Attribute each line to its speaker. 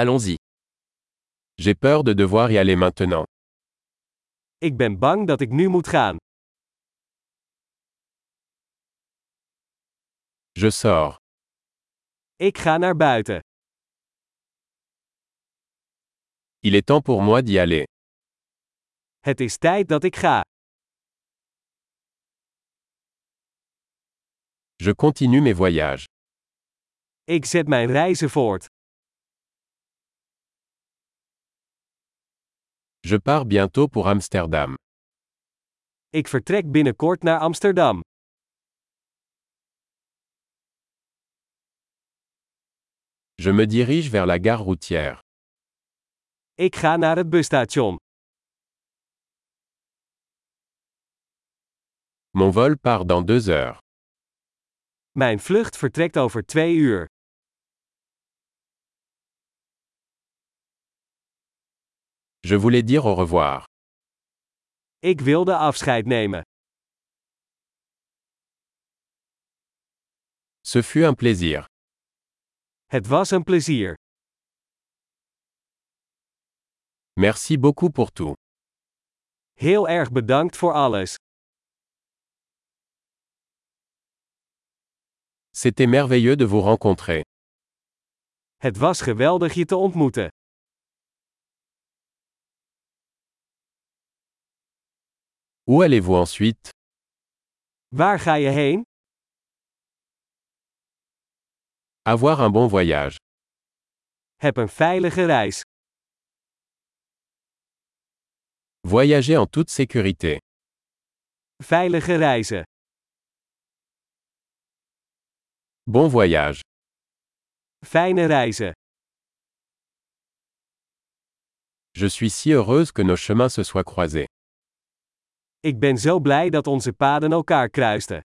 Speaker 1: Allons-y. J'ai peur de devoir y aller maintenant.
Speaker 2: Ik ben bang dat ik nu moet gaan.
Speaker 1: Je sors.
Speaker 2: Ik ga naar buiten.
Speaker 1: Il est temps pour moi d'y aller.
Speaker 2: Het is tijd dat ik ga.
Speaker 1: Je continue mes voyages.
Speaker 2: Ik zet mijn reizen voort.
Speaker 1: Je pars bientôt pour Amsterdam.
Speaker 2: Ik vertrek binnenkort naar Amsterdam.
Speaker 1: Je me dirige vers la gare routière.
Speaker 2: Ik ga naar het busstation.
Speaker 1: Mon vol part dans deux heures.
Speaker 2: Mijn vlucht vertrekt over twee uur.
Speaker 1: Je voulais dire au revoir.
Speaker 2: Ik wilde afscheid nemen.
Speaker 1: Ce fut un plaisir.
Speaker 2: Het was een plezier.
Speaker 1: Merci beaucoup pour tout.
Speaker 2: Heel erg bedankt voor alles.
Speaker 1: C'était merveilleux de vous rencontrer.
Speaker 2: Het was geweldig je te ontmoeten.
Speaker 1: Où allez-vous ensuite
Speaker 2: Waar ga je heen?
Speaker 1: Avoir un bon voyage.
Speaker 2: Heb een veilige reis.
Speaker 1: Voyager en toute sécurité.
Speaker 2: Veilige reizen.
Speaker 1: Bon voyage.
Speaker 2: Fijne reizen.
Speaker 1: Je suis si heureuse que nos chemins se soient croisés.
Speaker 2: Ik ben zo blij dat onze paden elkaar kruisten.